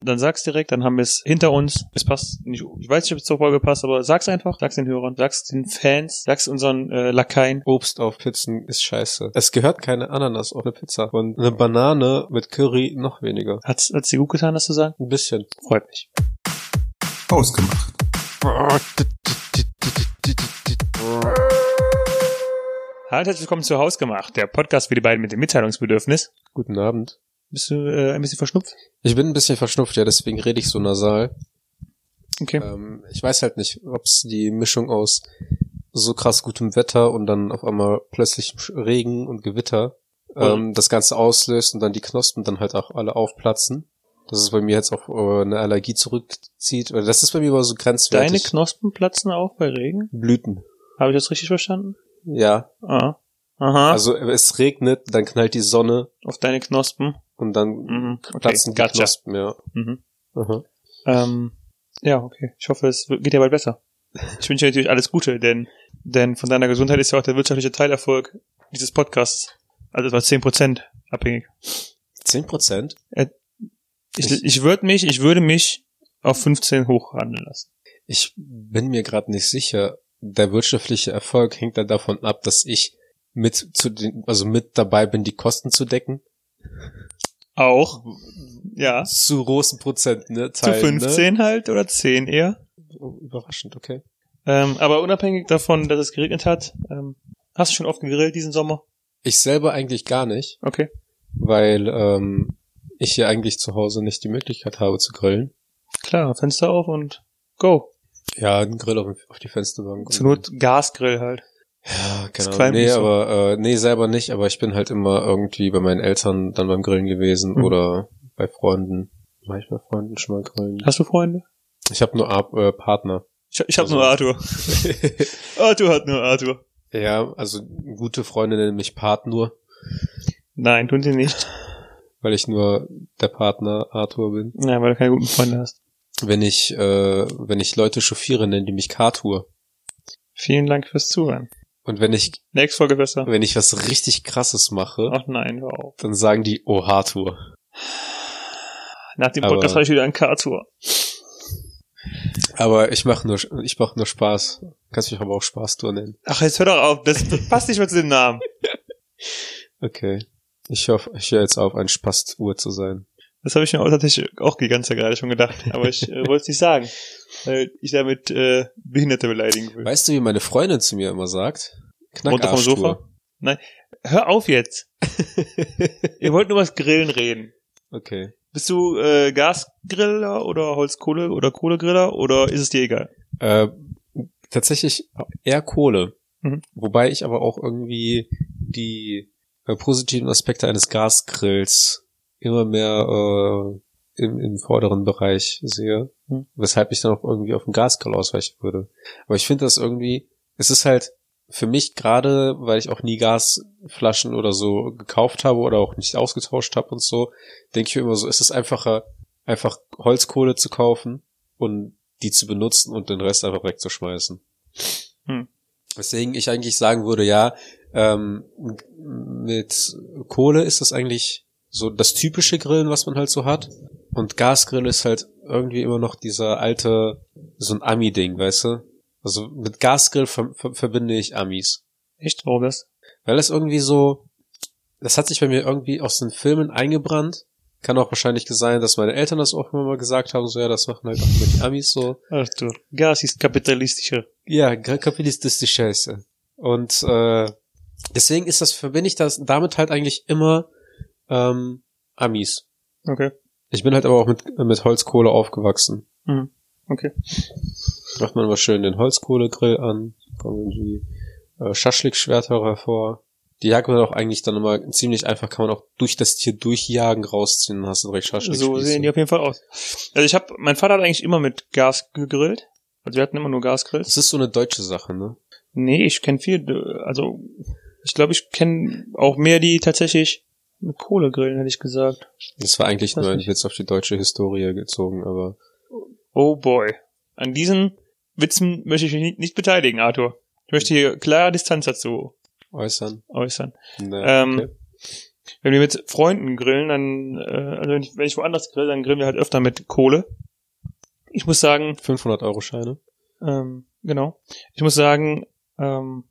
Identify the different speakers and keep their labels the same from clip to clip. Speaker 1: dann sag's direkt, dann haben wir es hinter uns. Es passt nicht, ich weiß nicht, ob es zur Folge passt, aber sag's einfach, sag's den Hörern, sag's den Fans, sag's unseren äh, Lakaien.
Speaker 2: Obst auf Pizzen ist scheiße. Es gehört keine Ananas auf eine Pizza. Und eine Banane mit Curry noch weniger.
Speaker 1: Hat's, hat's dir gut getan, das zu sagen?
Speaker 2: Ein bisschen.
Speaker 1: Freut mich.
Speaker 3: Ausgemacht.
Speaker 1: Hallo, Halt, herzlich willkommen zu Hausgemacht, der Podcast für die beiden mit dem Mitteilungsbedürfnis.
Speaker 2: Guten Abend.
Speaker 1: Bist du äh, ein bisschen verschnupft?
Speaker 2: Ich bin ein bisschen verschnupft, ja, deswegen rede ich so nasal.
Speaker 1: Okay.
Speaker 2: Ähm, ich weiß halt nicht, ob es die Mischung aus so krass gutem Wetter und dann auf einmal plötzlich Regen und Gewitter ähm, das Ganze auslöst und dann die Knospen dann halt auch alle aufplatzen. Dass es bei mir jetzt auf äh, eine Allergie zurückzieht. Oder das ist bei mir aber so grenzwertig.
Speaker 1: Deine Knospen platzen auch bei Regen?
Speaker 2: Blüten.
Speaker 1: Habe ich das richtig verstanden?
Speaker 2: Ja.
Speaker 1: Ah. Aha.
Speaker 2: Also äh, es regnet, dann knallt die Sonne
Speaker 1: auf deine Knospen.
Speaker 2: und dann
Speaker 1: Mhm.
Speaker 2: platzen die
Speaker 1: gotcha.
Speaker 2: Knospen, ja.
Speaker 1: Mhm.
Speaker 2: Aha.
Speaker 1: Ähm, ja, okay. Ich hoffe, es wird- geht dir bald besser. Ich wünsche dir natürlich alles Gute, denn, denn von deiner Gesundheit ist ja auch der wirtschaftliche Teilerfolg dieses Podcasts. Also etwa 10% abhängig.
Speaker 2: 10 Prozent?
Speaker 1: Ich,
Speaker 2: Ich-
Speaker 1: ich würde mich, ich würde mich auf 15 hochhandeln lassen.
Speaker 2: Ich bin mir gerade nicht sicher. Der wirtschaftliche Erfolg hängt dann davon ab, dass ich mit zu den, also mit dabei bin, die Kosten zu decken.
Speaker 1: Auch. Ja.
Speaker 2: Zu großen Prozent, ne?
Speaker 1: Zu
Speaker 2: Teilen,
Speaker 1: 15 halt oder 10 eher.
Speaker 2: Ne? Oh, Überraschend, okay.
Speaker 1: Ähm, aber unabhängig davon, dass es geregnet hat, ähm, hast du schon oft gegrillt diesen Sommer?
Speaker 2: Ich selber eigentlich gar nicht,
Speaker 1: Okay.
Speaker 2: weil ähm, ich hier eigentlich zu Hause nicht die Möglichkeit habe zu grillen.
Speaker 1: Klar, Fenster auf und go.
Speaker 2: Ja, einen Grill auf, auf die Fensterbank.
Speaker 1: Zur Not Gasgrill halt.
Speaker 2: Ja,
Speaker 1: Das
Speaker 2: genau.
Speaker 1: Klein-
Speaker 2: Nee, aber äh, nee, selber nicht, aber ich bin halt immer irgendwie bei meinen Eltern dann beim Grillen gewesen
Speaker 1: Mhm.
Speaker 2: oder bei Freunden. War ich bei Freunden schon mal grillen?
Speaker 1: Hast du Freunde?
Speaker 2: Ich habe nur Ab äh, Partner.
Speaker 1: Ich, ich habe
Speaker 2: Also-
Speaker 1: nur Arthur. Arthur hat nur Arthur.
Speaker 2: ja, also gute Freunde nennen mich Part nur,
Speaker 1: Nein, tun sie nicht.
Speaker 2: weil ich nur der Partner Arthur bin.
Speaker 1: Nein, weil du keine guten Freunde hast.
Speaker 2: Wenn ich äh, wenn ich Leute chauffiere, nennen die mich Kartur.
Speaker 1: Vielen Dank fürs Zuhören.
Speaker 2: Und wenn ich
Speaker 1: Nächste Folge besser.
Speaker 2: wenn ich was richtig krasses mache,
Speaker 1: Ach nein, hör auf.
Speaker 2: dann sagen die Oh Hartur.
Speaker 1: Nach dem
Speaker 2: Aber-
Speaker 1: Podcast habe ich wieder einen Kartur.
Speaker 2: Aber ich mache nur ich mache nur Spaß. Kannst mich aber auch Spaßtour nennen.
Speaker 1: Ach, jetzt hör doch auf. Das das passt nicht mehr zu dem Namen.
Speaker 2: Okay. Ich hoffe, ich höre jetzt auf, ein Spastuhr zu sein.
Speaker 1: Das habe ich mir auch tatsächlich auch die ganze Zeit gerade schon gedacht. Aber ich äh, wollte es nicht sagen. Weil ich damit äh, Behinderte beleidigen will.
Speaker 2: Weißt du, wie meine Freundin zu mir immer sagt?
Speaker 1: Runter vom
Speaker 2: Knackarschtour.
Speaker 1: Sofa? Nein. Hör auf jetzt. Ihr wollt nur was Grillen reden.
Speaker 2: Okay.
Speaker 1: Bist du äh, Gasgriller oder Holzkohle oder Kohlegriller oder ist es dir egal?
Speaker 2: Äh, tatsächlich eher Kohle.
Speaker 1: Mhm.
Speaker 2: Wobei ich aber auch irgendwie die äh, positiven Aspekte eines Gasgrills immer mehr äh, im, im vorderen Bereich sehe.
Speaker 1: Mhm.
Speaker 2: Weshalb ich dann auch irgendwie auf den Gasgrill ausweichen würde. Aber ich finde das irgendwie, es ist halt für mich gerade, weil ich auch nie Gasflaschen oder so gekauft habe oder auch nicht ausgetauscht habe und so, denke ich mir immer so, es ist einfacher, einfach Holzkohle zu kaufen und die zu benutzen und den Rest einfach wegzuschmeißen.
Speaker 1: Hm.
Speaker 2: Deswegen ich eigentlich sagen würde, ja, ähm, mit Kohle ist das eigentlich so das typische Grillen, was man halt so hat. Und Gasgrill ist halt irgendwie immer noch dieser alte, so ein Ami-Ding, weißt du? Also mit Gasgrill ver ver verbinde ich Amis.
Speaker 1: Echt? Warum das?
Speaker 2: Weil das irgendwie so, das hat sich bei mir irgendwie aus den Filmen eingebrannt. Kann auch wahrscheinlich sein, dass meine Eltern das auch immer mal gesagt haben, so ja, das machen halt auch immer die Amis so.
Speaker 1: Ach du, Gas ist kapitalistischer.
Speaker 2: Ja, Ka- Kapitalist ist die Scheiße. Und äh, deswegen ist das, verbinde ich das damit halt eigentlich immer ähm, Amis.
Speaker 1: Okay.
Speaker 2: Ich bin halt aber auch mit, mit Holzkohle aufgewachsen.
Speaker 1: Mhm. Okay.
Speaker 2: Macht man immer schön den Holzkohlegrill an, kommen irgendwie äh, Schaschlikschwerter hervor. Die jagt man auch eigentlich dann immer ziemlich einfach, kann man auch durch das Tier durchjagen, rausziehen, dann hast du direkt Schaschlik.
Speaker 1: So sehen die auf jeden Fall aus. Also ich habe, mein Vater hat eigentlich immer mit Gas gegrillt. Also wir hatten immer nur Gasgrills.
Speaker 2: Das ist so eine deutsche Sache, ne?
Speaker 1: Nee, ich kenne viel, äh, also ich glaube, ich kenne auch mehr, die tatsächlich mit Kohle grillen, hätte ich gesagt.
Speaker 2: Das war eigentlich
Speaker 1: Weiß
Speaker 2: nur
Speaker 1: nicht.
Speaker 2: jetzt auf die deutsche Historie gezogen, aber
Speaker 1: Oh boy. An diesen Witzen möchte ich mich nicht, nicht beteiligen, Arthur. Ich möchte hier klare Distanz dazu
Speaker 2: äußern.
Speaker 1: äußern.
Speaker 2: Naja,
Speaker 1: Ähm, Wenn wir mit Freunden grillen, dann, äh, also wenn ich, wenn ich woanders grill, dann grillen wir halt öfter mit Kohle. Ich muss sagen,
Speaker 2: 500 Euro Scheine.
Speaker 1: Ähm, genau. Ich muss sagen, ähm,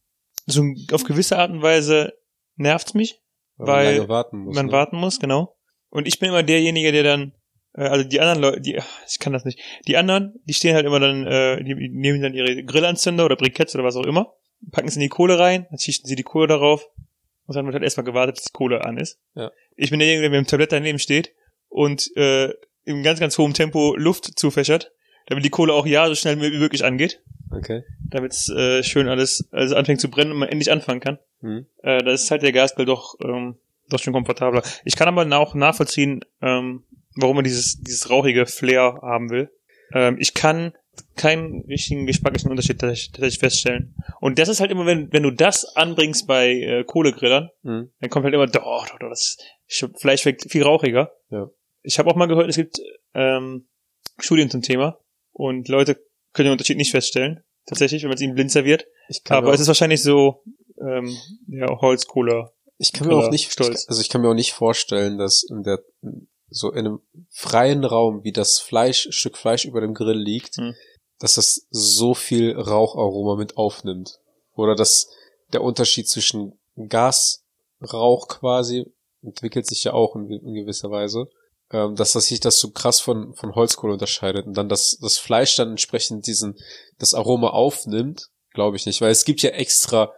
Speaker 1: so auf gewisse Art und Weise nervt's mich, Weil
Speaker 2: man lange warten muss.
Speaker 1: man
Speaker 2: ne?
Speaker 1: warten muss, genau. Und ich bin immer derjenige, der dann, äh, also die anderen Leute, die, ich kann das nicht, die anderen, die stehen halt immer dann, äh, die, die nehmen dann ihre Grillanzünder oder Briketts oder was auch immer, packen es in die Kohle rein, dann schichten sie die Kohle darauf und dann wird halt erstmal gewartet, bis die Kohle an ist.
Speaker 2: Ja.
Speaker 1: Ich bin derjenige, der mit dem Tablett daneben steht und äh, im ganz, ganz hohem Tempo Luft zufächert, damit die Kohle auch ja so schnell wie möglich angeht,
Speaker 2: Okay.
Speaker 1: damit es äh, schön alles, also anfängt zu brennen und man endlich anfangen kann
Speaker 2: Hm.
Speaker 1: äh, da ist halt der Gasgrill doch, ähm, doch schon komfortabler. Ich kann aber auch nachvollziehen, ähm, warum man dieses, dieses rauchige Flair haben will. Ähm, ich kann keinen richtigen geschmacklichen Unterschied tatsächlich tatsächlich feststellen. Und das ist halt immer, wenn, wenn du das anbringst bei äh, Kohlegrillern,
Speaker 2: Hm.
Speaker 1: dann kommt halt immer, doch, doch, doch, das Fleisch wirkt viel rauchiger.
Speaker 2: Ja.
Speaker 1: Ich habe auch mal gehört, es gibt ähm, Studien zum Thema und Leute können den Unterschied nicht feststellen. Tatsächlich, wenn man es ihnen blind serviert.
Speaker 2: Ich kann
Speaker 1: Aber
Speaker 2: mir
Speaker 1: es ist wahrscheinlich so ähm, ja, Holzkohle.
Speaker 2: Ich kann mir auch
Speaker 1: Oder
Speaker 2: nicht
Speaker 1: stolz.
Speaker 2: Ich, also ich kann mir auch nicht vorstellen, dass in der so in einem freien Raum, wie das Fleisch, Stück Fleisch über dem Grill liegt,
Speaker 1: Hm.
Speaker 2: dass das so viel Raucharoma mit aufnimmt. Oder dass der Unterschied zwischen Gasrauch quasi entwickelt sich ja auch in, in gewisser Weise, ähm, dass das sich das so krass von, von Holzkohle unterscheidet und dann das, das Fleisch dann entsprechend diesen, das Aroma aufnimmt, glaube ich nicht, weil es gibt ja extra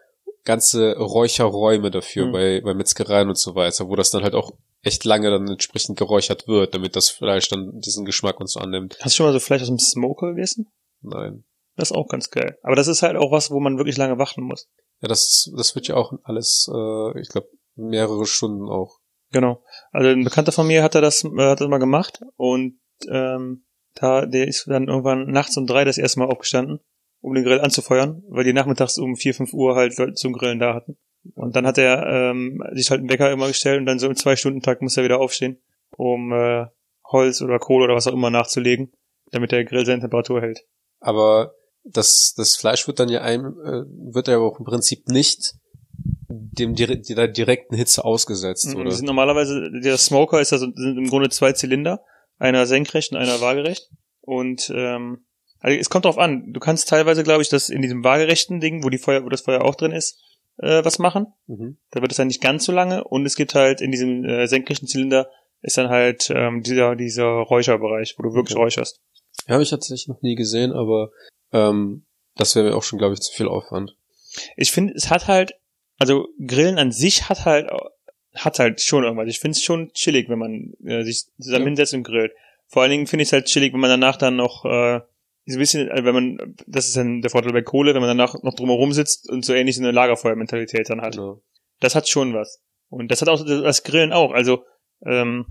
Speaker 2: ganze Räucherräume dafür
Speaker 1: Hm.
Speaker 2: bei, bei Metzgereien und so weiter, wo das dann halt auch echt lange dann entsprechend geräuchert wird, damit das Fleisch dann diesen Geschmack und so annimmt.
Speaker 1: Hast du schon mal so Fleisch aus dem Smoker gegessen?
Speaker 2: Nein.
Speaker 1: Das ist auch ganz geil. Aber das ist halt auch was, wo man wirklich lange warten muss.
Speaker 2: Ja, das, das wird ja auch alles, äh, ich glaube, mehrere Stunden auch.
Speaker 1: Genau. Also ein Bekannter von mir hat er das, äh, hat das mal gemacht und ähm, da, der ist dann irgendwann nachts um drei das erste Mal aufgestanden, um den Grill anzufeuern, weil die nachmittags um vier, fünf Uhr halt Leute zum Grillen da hatten. Und dann hat er ähm, sich halt einen Wecker immer gestellt und dann so im Zwei-Stunden-Tag muss er wieder aufstehen, um äh, Holz oder Kohle oder was auch immer nachzulegen, damit der Grill seine Temperatur hält.
Speaker 2: Aber das, das Fleisch wird dann ja einem, äh, wird ja aber auch im Prinzip nicht dem dire der direkten Hitze ausgesetzt,
Speaker 1: Mhm,
Speaker 2: oder?
Speaker 1: Die sind normalerweise, der Smoker ist also, sind im Grunde zwei Zylinder, einer senkrecht und einer waagerecht. Und ähm, also es kommt drauf an, du kannst teilweise, glaube ich, das in diesem waagerechten Ding, wo die Feuer, wo das Feuer auch drin ist, äh, was machen.
Speaker 2: Mhm.
Speaker 1: Da wird es dann nicht ganz so lange und es gibt halt in diesem äh, senkrechten Zylinder ist dann halt ähm, dieser, dieser Räucherbereich, wo du wirklich
Speaker 2: Okay.
Speaker 1: räucherst.
Speaker 2: Ja, Habe ich tatsächlich noch nie gesehen, aber ähm, das wäre mir auch schon, glaube ich, zu viel Aufwand.
Speaker 1: Ich finde, es hat halt, also Grillen an sich hat halt, au- hat halt schon irgendwas. Ich finde es schon chillig, wenn man äh, sich zusammen
Speaker 2: Ja.
Speaker 1: hinsetzt und grillt. Vor allen Dingen finde ich es halt chillig, wenn man danach dann noch äh, so ein bisschen, äh, wenn man, das ist dann der Vorteil bei Kohle, wenn man danach noch drumherum sitzt und so ähnlich so eine Lagerfeuermentalität dann hat.
Speaker 2: Genau.
Speaker 1: Das hat schon was. Und das hat auch das Grillen auch. Also ähm,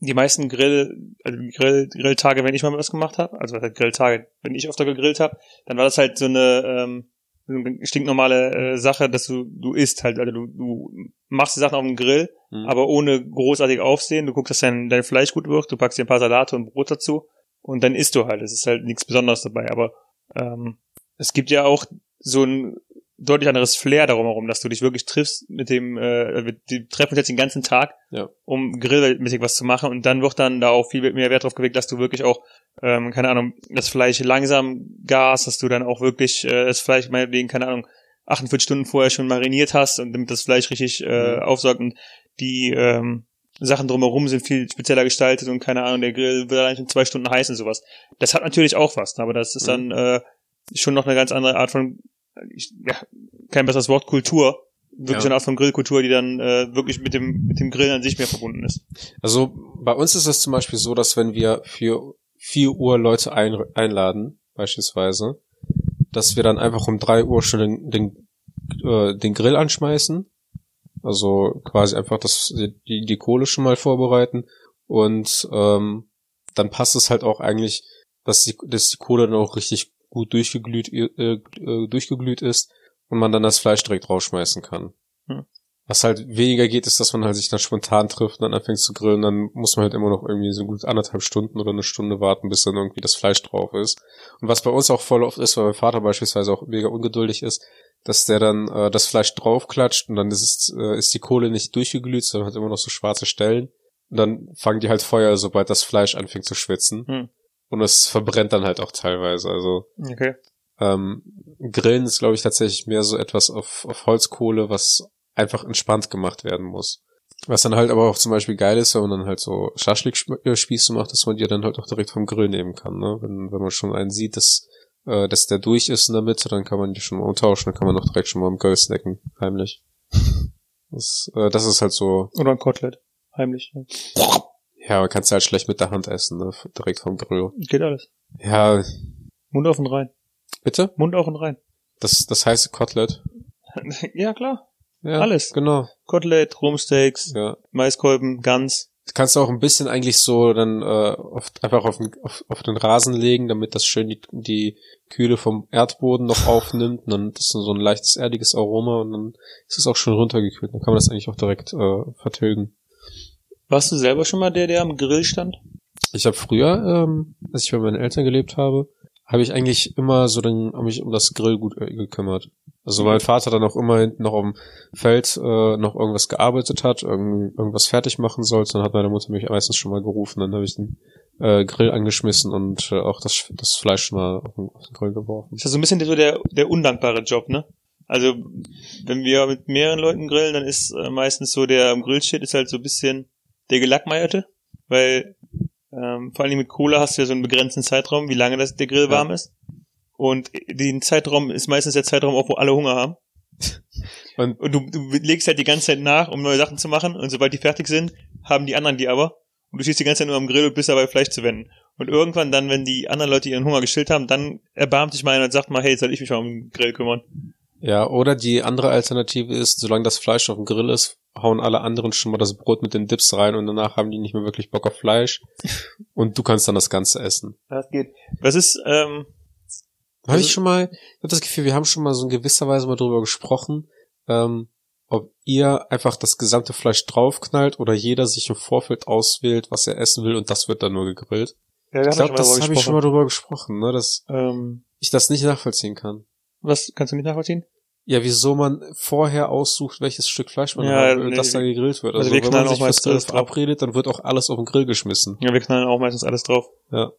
Speaker 1: die meisten Grill, also Grill, Grilltage, wenn ich mal was gemacht habe, also was heißt Grilltage, wenn ich öfter gegrillt habe, dann war das halt so eine, ähm, so eine stinknormale äh, Sache, dass du du isst halt, also du, du machst die Sachen auf dem Grill,
Speaker 2: Mhm.
Speaker 1: aber ohne großartig Aufsehen. Du guckst, dass dein, dein Fleisch gut wird, du packst dir ein paar Salate und Brot dazu und dann isst du halt. Es ist halt nichts Besonderes dabei, aber ähm, es gibt ja auch so ein deutlich anderes Flair darum herum, dass du dich wirklich triffst mit dem, äh, wir- die treffen uns jetzt den ganzen Tag,
Speaker 2: Ja.
Speaker 1: um grillmäßig was zu machen und dann wird dann da auch viel mehr Wert drauf gelegt, dass du wirklich auch, ähm, keine Ahnung, das Fleisch langsam gas, dass du dann auch wirklich äh, das Fleisch meinetwegen, keine Ahnung, 48 Stunden vorher schon mariniert hast und damit das Fleisch richtig äh,
Speaker 2: Mhm.
Speaker 1: aufsaugt und die ähm, Sachen drumherum sind viel spezieller gestaltet und keine Ahnung, der Grill wird eigentlich in zwei Stunden heiß und sowas. Das hat natürlich auch was, aber das ist
Speaker 2: Mhm.
Speaker 1: dann äh, schon noch eine ganz andere Art von, ich, ja, kein besseres Wort, Kultur. Wirklich
Speaker 2: Ja.
Speaker 1: eine Art von Grillkultur, die dann äh, wirklich mit dem, mit dem Grillen an sich mehr verbunden ist.
Speaker 2: Also bei uns ist es zum Beispiel so, dass wenn wir für 4 Uhr Leute ein, einladen, beispielsweise, dass wir dann einfach um 3 Uhr schon den, den, äh, den Grill anschmeißen. Also quasi einfach das, die, die Kohle schon mal vorbereiten. Und ähm, dann passt es halt auch eigentlich, dass die, dass die Kohle dann auch richtig gut durchgeglüht, äh, äh, durchgeglüht ist und man dann das Fleisch direkt rausschmeißen kann. Was halt weniger geht, ist, dass man halt sich dann spontan trifft und dann anfängt zu grillen, dann muss man halt immer noch irgendwie so gut anderthalb Stunden oder eine Stunde warten, bis dann irgendwie das Fleisch drauf ist. Und was bei uns auch voll oft ist, weil mein Vater beispielsweise auch mega ungeduldig ist, dass der dann äh, das Fleisch draufklatscht und dann ist, es, äh, ist die Kohle nicht durchgeglüht, sondern hat immer noch so schwarze Stellen. Und dann fangen die halt Feuer, sobald das Fleisch anfängt zu schwitzen.
Speaker 1: Hm.
Speaker 2: Und es verbrennt dann halt auch teilweise. Also
Speaker 1: Okay.
Speaker 2: ähm, Grillen ist, glaube ich, tatsächlich mehr so etwas auf, auf Holzkohle, was einfach entspannt gemacht werden muss. Was dann halt aber auch zum Beispiel geil ist, wenn man dann halt so Schaschlik-Spieße macht, dass man die dann halt auch direkt vom Grill nehmen kann. Ne? Wenn, wenn man schon einen sieht, dass, äh, dass der durch ist in der Mitte, dann kann man die schon mal umtauschen, dann kann man auch direkt schon mal im Grill snacken, heimlich. Das, äh, das ist halt so,
Speaker 1: Oder ein Kotelett. Heimlich. Ja.
Speaker 2: ja, man kann es halt schlecht mit der Hand essen, ne? direkt vom Grill.
Speaker 1: Geht alles.
Speaker 2: Ja,
Speaker 1: Mund auf und rein.
Speaker 2: bitte?
Speaker 1: Mund auf und rein.
Speaker 2: Das, das heiße Kotelett.
Speaker 1: ja, klar.
Speaker 2: Ja,
Speaker 1: Alles.
Speaker 2: Genau,
Speaker 1: Kotelett, Rumsteaks,
Speaker 2: ja.
Speaker 1: Maiskolben, Gans.
Speaker 2: Das kannst du auch ein bisschen eigentlich so dann äh, auf, einfach auf den, auf, auf den Rasen legen, damit das schön die, die Kühle vom Erdboden noch aufnimmt. Und dann ist so ein leichtes erdiges Aroma und dann ist es auch schon runtergekühlt. Dann kann man das eigentlich auch direkt äh, vertilgen.
Speaker 1: Warst du selber schon mal der, der am Grill stand?
Speaker 2: Ich habe früher, ähm, als ich bei meinen Eltern gelebt habe, habe ich eigentlich immer so dann hab mich um das Grill gut äh, gekümmert. Also mein Vater dann auch immer hinten noch auf dem Feld äh, noch irgendwas gearbeitet hat, irgend, irgendwas fertig machen sollte, dann hat meine Mutter mich meistens schon mal gerufen, dann habe ich den äh, Grill angeschmissen und äh, auch das, Sch- das Fleisch schon mal auf den, auf den Grill geworfen.
Speaker 1: Ist das so ein bisschen so der, der undankbare Job, ne? Also, wenn wir mit mehreren Leuten grillen, dann ist äh, meistens so der am Grill steht, ist halt so ein bisschen der Gelackmeierte, weil ähm, vor allem mit Cola hast du ja so einen begrenzten Zeitraum, wie lange das, der Grill
Speaker 2: Ja.
Speaker 1: warm ist. Und den Zeitraum ist meistens der Zeitraum auch, wo alle Hunger haben.
Speaker 2: Und-
Speaker 1: und du, du legst halt die ganze Zeit nach, um neue Sachen zu machen. Und sobald die fertig sind, haben die anderen die aber. Und du stehst die ganze Zeit nur am Grill und bist dabei, Fleisch zu wenden. Und irgendwann dann, wenn die anderen Leute ihren Hunger gestillt haben, dann erbarmt sich mal einer und sagt mal, hey, jetzt soll ich mich mal um den Grill kümmern.
Speaker 2: Ja, oder die andere Alternative ist, solange das Fleisch auf dem Grill ist, hauen alle anderen schon mal das Brot mit den Dips rein und danach haben die nicht mehr wirklich Bock auf Fleisch und du kannst dann das Ganze essen.
Speaker 1: Das geht. Was ist, ähm,
Speaker 2: Habe
Speaker 1: Also-
Speaker 2: ich schon mal, ich habe das Gefühl, wir haben schon mal so in gewisser Weise mal drüber gesprochen, ähm, ob ihr einfach das gesamte Fleisch draufknallt oder jeder sich im Vorfeld auswählt, was er essen will und das wird dann nur gegrillt.
Speaker 1: ja,
Speaker 2: Ich glaube, das habe ich schon mal drüber gesprochen, ne, dass
Speaker 1: Ähm,
Speaker 2: ich das nicht nachvollziehen kann.
Speaker 1: was kannst du nicht nachvollziehen?
Speaker 2: Ja, wieso man vorher aussucht, welches Stück Fleisch man
Speaker 1: Ja,
Speaker 2: haben will und
Speaker 1: nee,
Speaker 2: das dann
Speaker 1: wir-
Speaker 2: gegrillt wird.
Speaker 1: also
Speaker 2: Also,
Speaker 1: wir
Speaker 2: wenn
Speaker 1: knallen
Speaker 2: man
Speaker 1: auch
Speaker 2: sich fürs
Speaker 1: meist
Speaker 2: Grill
Speaker 1: alles drauf.
Speaker 2: verabredet, dann wird auch alles auf den Grill geschmissen.
Speaker 1: Ja, wir knallen auch meistens alles drauf.
Speaker 2: Ja.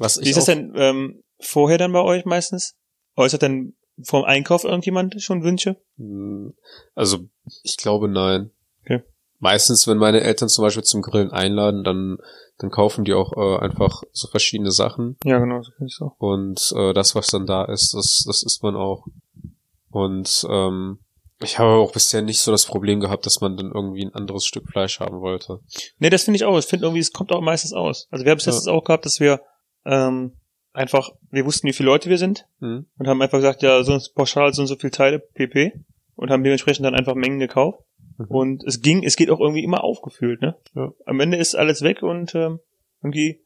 Speaker 2: Was ich
Speaker 1: Wie ist das
Speaker 2: auch-
Speaker 1: denn ähm, vorher dann bei euch meistens? Äußert dann vom Einkauf irgendjemand schon Wünsche?
Speaker 2: Hm, Also, ich glaube nein.
Speaker 1: Okay.
Speaker 2: Meistens, wenn meine Eltern zum Beispiel zum Grillen einladen, dann, dann kaufen die auch äh, einfach so verschiedene Sachen.
Speaker 1: Ja, genau, so finde ich so.
Speaker 2: Und äh, das, was dann da ist, das, das isst man auch. Und ähm, ich habe auch bisher nicht so das Problem gehabt, dass man dann irgendwie ein anderes Stück Fleisch haben wollte.
Speaker 1: Nee, das finde ich auch. Ich finde irgendwie, es kommt auch meistens aus. Also wir haben es
Speaker 2: Ja.
Speaker 1: letztens auch gehabt, dass wir ähm, einfach, wir wussten, wie viele Leute wir sind
Speaker 2: Hm?
Speaker 1: und haben einfach gesagt, ja, so und so- pauschal so und so viele Teile, pp. Und haben dementsprechend dann einfach Mengen gekauft.
Speaker 2: Mhm.
Speaker 1: Und es ging, es geht auch irgendwie immer aufgefühlt, ne?
Speaker 2: Ja.
Speaker 1: Am Ende ist alles weg und ähm, irgendwie,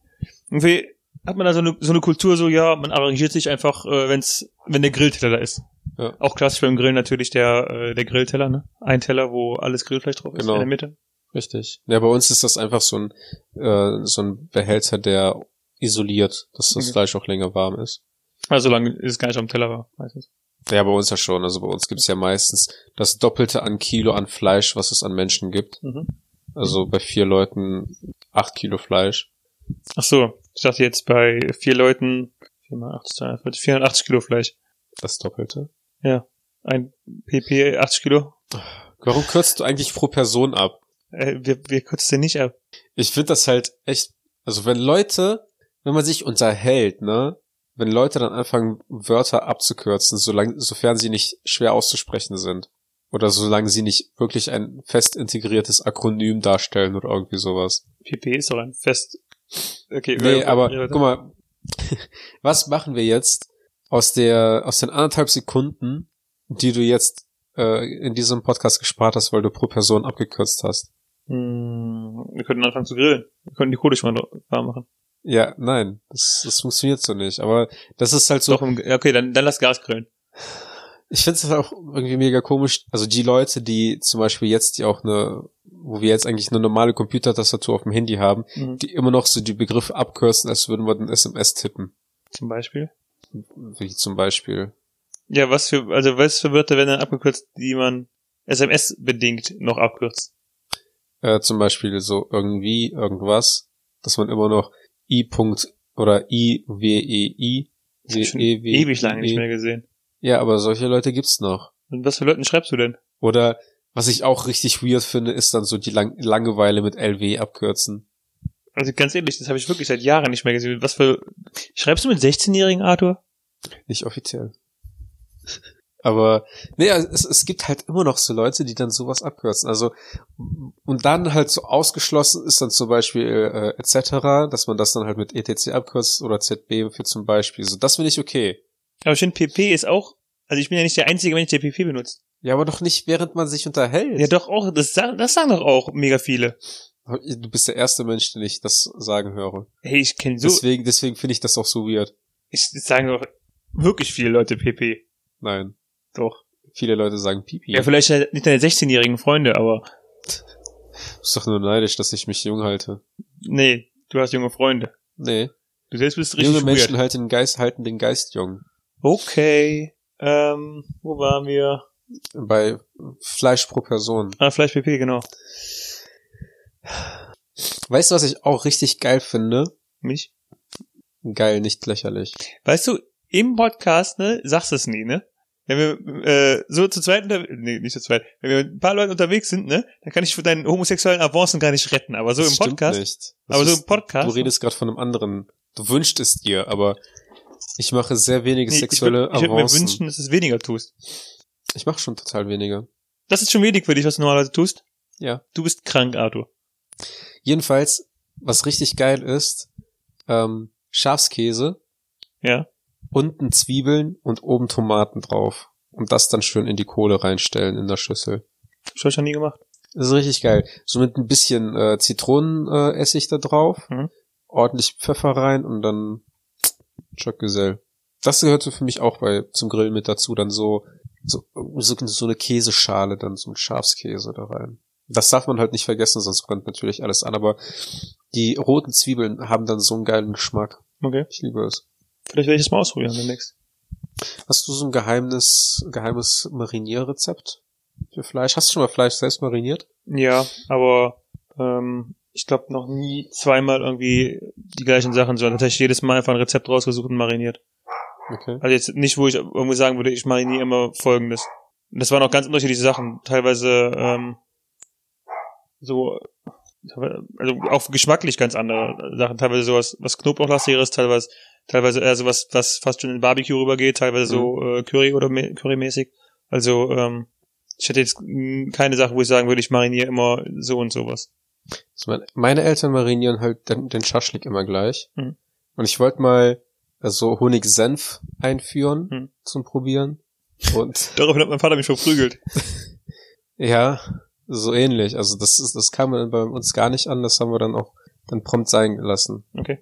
Speaker 1: irgendwie hat man da so eine, so eine Kultur, so ja, man arrangiert sich einfach, äh, wenn's, wenn der Grillteller da ist.
Speaker 2: Ja.
Speaker 1: Auch klassisch beim Grillen natürlich der, äh, der Grillteller, ne? Ein Teller, wo alles Grillfleisch drauf ist
Speaker 2: Genau.
Speaker 1: in der Mitte.
Speaker 2: Richtig. Ja, bei uns ist das einfach so ein, äh, so ein Behälter, der isoliert, dass das
Speaker 1: Okay.
Speaker 2: Fleisch auch länger warm ist.
Speaker 1: Also solange es gar nicht auf dem Teller war, meistens.
Speaker 2: Ja, bei uns ja schon. Also bei uns gibt's ja meistens das Doppelte an Kilo an Fleisch, was es an Menschen gibt.
Speaker 1: Mhm.
Speaker 2: Also bei vier Leuten acht Kilo Fleisch.
Speaker 1: Ach so, ich dachte jetzt bei vier Leuten 4 mal 8 ist 42, 480 Kilo Fleisch.
Speaker 2: Das Doppelte.
Speaker 1: Ein PP 80 Kilo.
Speaker 2: Warum kürzt du eigentlich pro Person ab?
Speaker 1: Äh, wir, wir kürzen den nicht ab.
Speaker 2: Ich find das halt echt, also wenn Leute, wenn man sich unterhält, ne, wenn Leute dann anfangen, Wörter abzukürzen, solange, sofern sie nicht schwer auszusprechen sind. Oder solange sie nicht wirklich ein fest integriertes Akronym darstellen oder irgendwie sowas.
Speaker 1: PP ist doch ein Fest. Okay,
Speaker 2: Nee,
Speaker 1: äh,
Speaker 2: aber
Speaker 1: ja, warte.
Speaker 2: guck mal, was machen wir jetzt aus der aus den anderthalb Sekunden, die du jetzt äh, in diesem Podcast gespart hast, weil du pro Person abgekürzt hast?
Speaker 1: Hm, wir könnten anfangen zu grillen. Wir könnten die Kohle schon mal warm machen.
Speaker 2: Ja, nein, das, das funktioniert so nicht. Aber das ist halt so.
Speaker 1: Doch, im, ja, okay, dann, dann lass Gas grillen.
Speaker 2: Ich finde es auch irgendwie mega komisch. Also die Leute, die zum Beispiel jetzt die auch eine, wo wir jetzt eigentlich eine normale Computertastatur auf dem Handy haben,
Speaker 1: Mhm.
Speaker 2: die immer noch so die Begriffe abkürzen, als würden wir den SMS tippen.
Speaker 1: Zum Beispiel.
Speaker 2: Wie zum Beispiel
Speaker 1: Ja, was für, also was für Wörter werden dann abgekürzt, die man SMS-bedingt noch abkürzt?
Speaker 2: Äh, zum Beispiel so irgendwie, irgendwas, dass man immer noch i. -Punkt oder i w e i E
Speaker 1: Das hab ich schon ewig lange nicht mehr gesehen.
Speaker 2: Ja, aber solche Leute gibt's noch.
Speaker 1: Und was für Leuten schreibst du denn?
Speaker 2: Oder was ich auch richtig weird finde, ist dann so die Lang Langeweile mit LW abkürzen.
Speaker 1: Also ganz ehrlich, das habe ich wirklich seit Jahren nicht mehr gesehen. Was für schreibst du mit 16-jährigen Arthur?
Speaker 2: Nicht offiziell. Aber, naja, es, es gibt halt immer noch so Leute, die dann sowas abkürzen. Also, und dann halt so ausgeschlossen ist dann zum Beispiel äh, etc., dass man das dann halt mit etc abkürzt oder ZB für zum Beispiel. So, das finde ich okay.
Speaker 1: Aber ich finde, PP ist auch, also ich bin ja nicht der einzige Mensch, der PP benutzt.
Speaker 2: Ja, aber doch nicht, während man sich unterhält.
Speaker 1: Ja, doch auch, das sagen, das sagen doch auch mega viele.
Speaker 2: Du bist der erste Mensch, den ich das sagen höre.
Speaker 1: Hey, ich kenne so,
Speaker 2: Deswegen, deswegen finde ich das auch so weird.
Speaker 1: ich das sagen doch wirklich viele Leute PP.
Speaker 2: Nein.
Speaker 1: Doch.
Speaker 2: Viele Leute sagen Pipi.
Speaker 1: Ja, vielleicht halt nicht deine 16-jährigen Freunde, aber
Speaker 2: Ist doch nur neidisch, dass ich mich jung halte.
Speaker 1: nee, du hast junge Freunde.
Speaker 2: Nee.
Speaker 1: Du selbst bist richtig
Speaker 2: Junge Menschen
Speaker 1: weird.
Speaker 2: halten den Geist, halten den Geist jung.
Speaker 1: Okay, ähm, wo waren wir?
Speaker 2: Bei Fleisch pro Person.
Speaker 1: Ah, vielleicht PP, genau.
Speaker 2: Weißt du, was ich auch richtig geil finde?
Speaker 1: Mich?
Speaker 2: Geil, nicht lächerlich.
Speaker 1: Weißt du, im Podcast, ne, sagst du es nie, ne? Wenn wir äh, so zu zweit unter nee, nicht zu zweit, wenn wir mit ein paar Leuten unterwegs sind, ne, dann kann ich für deinen homosexuellen Avancen gar nicht retten. Aber so
Speaker 2: Das
Speaker 1: im
Speaker 2: stimmt
Speaker 1: Podcast.
Speaker 2: Nicht. Das
Speaker 1: Aber so
Speaker 2: ist-
Speaker 1: im Podcast-
Speaker 2: Du redest gerade von einem anderen. Du wünschst es dir, aber ich mache sehr wenige
Speaker 1: Nee,
Speaker 2: sexuelle
Speaker 1: ich würd- ich würde mir
Speaker 2: Avancen.
Speaker 1: wünschen, dass du es weniger tust.
Speaker 2: ich mache schon total wenige.
Speaker 1: Das ist schon wenig für dich, was du normalerweise tust.
Speaker 2: Ja.
Speaker 1: Du bist krank, Arthur.
Speaker 2: Jedenfalls, was richtig geil ist, ähm, Schafskäse
Speaker 1: Ja.
Speaker 2: unten Zwiebeln und oben Tomaten drauf. Und das dann schön in die Kohle reinstellen in der Schüssel.
Speaker 1: Hab ich schon nie gemacht.
Speaker 2: Das ist richtig geil. So mit ein bisschen äh, Zitronenessig äh, Essig da drauf,
Speaker 1: Mhm.
Speaker 2: ordentlich Pfeffer rein und dann Schockgesell. Das gehört so für mich auch bei zum Grillen mit dazu. Dann so so, so so eine Käseschale, dann so ein Schafskäse da rein. Das darf man halt nicht vergessen, sonst brennt natürlich alles an. Aber die roten Zwiebeln haben dann so einen geilen Geschmack.
Speaker 1: Okay.
Speaker 2: Ich liebe es.
Speaker 1: Vielleicht werde ich es mal ausprobieren demnächst.
Speaker 2: Hast du so ein geheimnis, geheimes Marinierrezept für Fleisch? Hast du schon mal Fleisch selbst mariniert?
Speaker 1: Ja, aber ähm, ich glaube noch nie zweimal irgendwie die gleichen Sachen, sondern tatsächlich jedes Mal einfach ein Rezept rausgesucht und mariniert.
Speaker 2: Okay.
Speaker 1: Also jetzt nicht, wo ich irgendwie sagen würde, ich mache nie immer Folgendes. Und das waren auch ganz unterschiedliche Sachen. Teilweise ähm, so, also auch geschmacklich ganz andere Sachen. Teilweise sowas, was Knoblauchlastigeres, teilweise teilweise eher sowas, was fast schon in Barbecue rübergeht, teilweise so äh, Curry oder me- Currymäßig. Also ähm, ich hätte jetzt mm, keine Sache, wo ich sagen würde, ich mariniere immer so und sowas.
Speaker 2: Also mein, meine Eltern marinieren halt den, den Schaschlik immer gleich.
Speaker 1: Mhm.
Speaker 2: Und ich wollte mal äh, so Honig-Senf einführen
Speaker 1: Mhm.
Speaker 2: zum Probieren. Und
Speaker 1: Daraufhin hat mein Vater mich verprügelt.
Speaker 2: ja, so ähnlich. Also das ist, das kam dann bei uns gar nicht an. Das haben wir dann auch dann prompt sein gelassen.
Speaker 1: Okay.